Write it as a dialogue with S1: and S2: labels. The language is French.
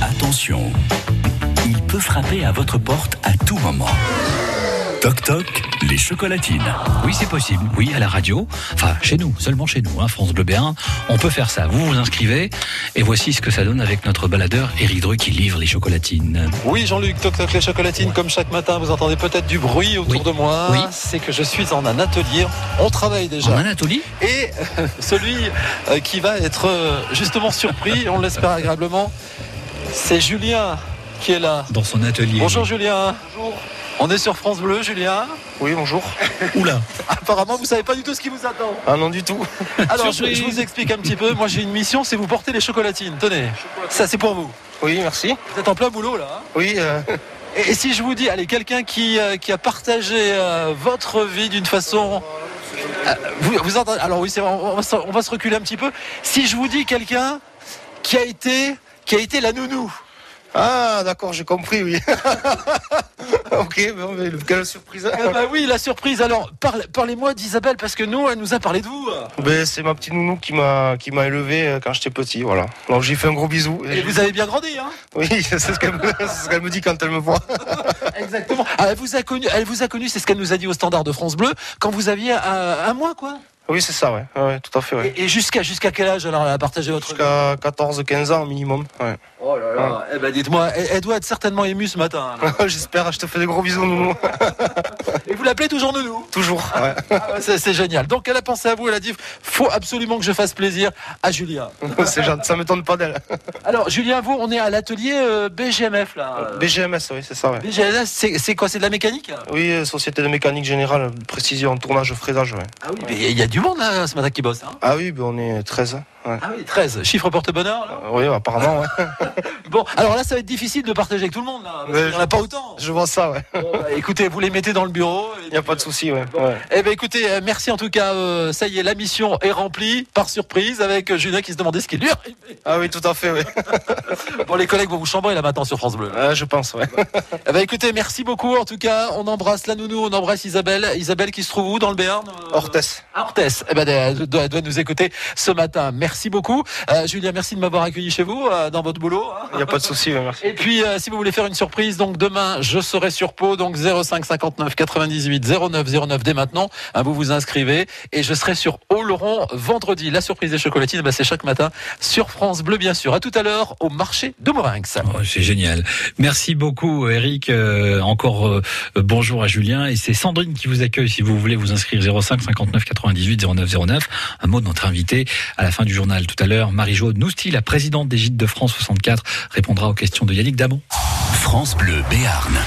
S1: Attention, il peut frapper à votre porte à tout moment. Toc toc, les chocolatines.
S2: Oui, c'est possible. Oui, à la radio. Enfin, chez nous, seulement chez nous, hein, France Bleu Béarn. On peut faire ça. Vous vous inscrivez et voici ce que ça donne avec notre baladeur Éric Dreux qui livre les chocolatines.
S3: Oui, Jean-Luc, toc toc les chocolatines. Comme chaque matin, vous entendez peut-être du bruit autour
S2: Oui.
S3: de moi.
S2: Oui.
S3: C'est que je suis en un atelier. On travaille déjà.
S2: En Anatolie
S3: Et euh, celui euh, qui va être euh, justement surpris, on l'espère agréablement, c'est Julien qui est là.
S2: Dans son atelier.
S3: Bonjour Julien. Bonjour. On est sur France Bleu, Julien.
S4: Oui, bonjour.
S2: Oula.
S3: Apparemment, vous savez pas du tout ce qui vous attend.
S4: Ah non, du tout.
S3: Alors, je,
S2: Surprise.
S3: je vous explique un petit peu. Moi, j'ai une mission, c'est vous porter les chocolatines. Tenez, ça c'est pour vous.
S4: Oui, merci.
S3: Vous êtes en plein boulot là. hein
S4: Oui, euh,
S3: Et, et si je vous dis, allez, quelqu'un qui, euh, qui a partagé euh, votre vie d'une façon. Euh, vous, vous entendez- Alors oui, c'est vrai, on, on va se- on va se reculer un petit peu. Si je vous dis quelqu'un qui a été qui a été la nounou.
S4: Ah, d'accord, j'ai compris, oui. ok, bon, mais quelle surprise.
S3: Eh ben oui, la surprise. Alors, parle- parlez-moi d'Isabelle parce que nous, elle nous a parlé de vous. euh,
S4: Ben, c'est ma petite nounou qui m'a qui m'a élevé euh, quand j'étais petit, voilà. Donc j'ai fait un gros bisou.
S3: Et vous avez bien grandi, hein
S4: Oui, c'est ce qu'elle me, c'est ce qu'elle me dit quand elle me voit.
S3: Exactement. Ah, elle vous a connu, elle vous a connu, c'est ce qu'elle nous a dit au standard de France Bleu quand vous aviez euh, un mois, quoi.
S4: Oui, c'est ça, ouais. ouais tout à fait, ouais.
S3: Et, et jusqu'à jusqu'à quel âge alors elle a partagé votre vie
S4: Jusqu'à Ah. 14-15 ans minimum. Ouais.
S3: Oh là là. Eh ben dites-moi, elle, elle doit être certainement émue ce matin. alors.
S4: J'espère, je te fais des gros bisous, nounou.
S3: Et vous l'appelez toujours nounou.
S4: Toujours. Ouais.
S3: Ah, c'est c'est génial. Donc elle a pensé à vous, elle a dit faut absolument que je fasse plaisir à Julien.
S4: c'est gentil, ça m'étonne pas d'elle.
S3: Alors Julien, vous, on est à l'atelier euh, BGMF là. Euh,
S4: BGMS, oui, c'est ça, ouais.
S3: BGMF, c'est c'est quoi C'est de la mécanique
S4: Oui, euh, Société de mécanique générale, précision, tournage, fraisage, ouais.
S3: Ah oui, mais il y a du monde là ce matin qui bosse. hein.
S4: Ah oui, ben on est 13. Ouais.
S3: Ah oui, 13, chiffre porte-bonheur. là.
S4: Euh, Oui, apparemment, ouais.
S3: Bon, alors là, ça va être difficile de partager avec tout le monde. Là, parce
S4: Mais
S3: qu'il y en a
S4: je-
S3: pas autant.
S4: Je vois ça, ouais.
S3: Bon, bah, écoutez, vous les mettez dans le bureau. et
S4: Il n'y a
S3: puis,
S4: pas de
S3: euh,
S4: souci, ouais. ouais.
S3: Eh ben écoutez, euh, merci en tout cas. euh, ça y est, la mission est remplie par surprise avec euh, Julien qui se demandait ce qui lui arrivait.
S4: Ah oui, tout à fait, ouais.
S3: Bon, les collègues vont vous chambrer là maintenant sur France Bleu.
S4: Euh, je pense, ouais.
S3: Eh ben écoutez, merci beaucoup en tout cas. On embrasse la nounou, on embrasse Isabelle. Isabelle qui se trouve où dans le Béarn euh,
S4: Hortès.
S3: à Orthès. Eh ben, elle doit, elle doit nous écouter ce matin. Merci beaucoup. Euh, Julien, merci de m'avoir accueilli chez vous, euh, dans votre boulot. hein.
S4: Il n'y a pas de souci, ouais, merci.
S3: Et puis, euh, si vous voulez faire une surprise, donc demain, je serai sur Pau, donc 05 59 98 09 09 dès maintenant. hein, vous vous inscrivez et je serai sur Oloron vendredi. La surprise des chocolatines, bah, c'est chaque matin sur France Bleu, bien sûr. À tout à l'heure au marché de Morinx.
S2: Oh, c'est génial. Merci beaucoup, Eric. Euh, encore euh, euh, bonjour à Julien. Et c'est Sandrine qui vous accueille si vous voulez vous inscrire 05 59 98 09 09. Un mot de notre invité à la fin du journal tout à l'heure. Marie-Jo Nousti, la présidente des Gîtes de France 64, répondra aux questions de Yannick Damon.
S1: France Bleu Béarn.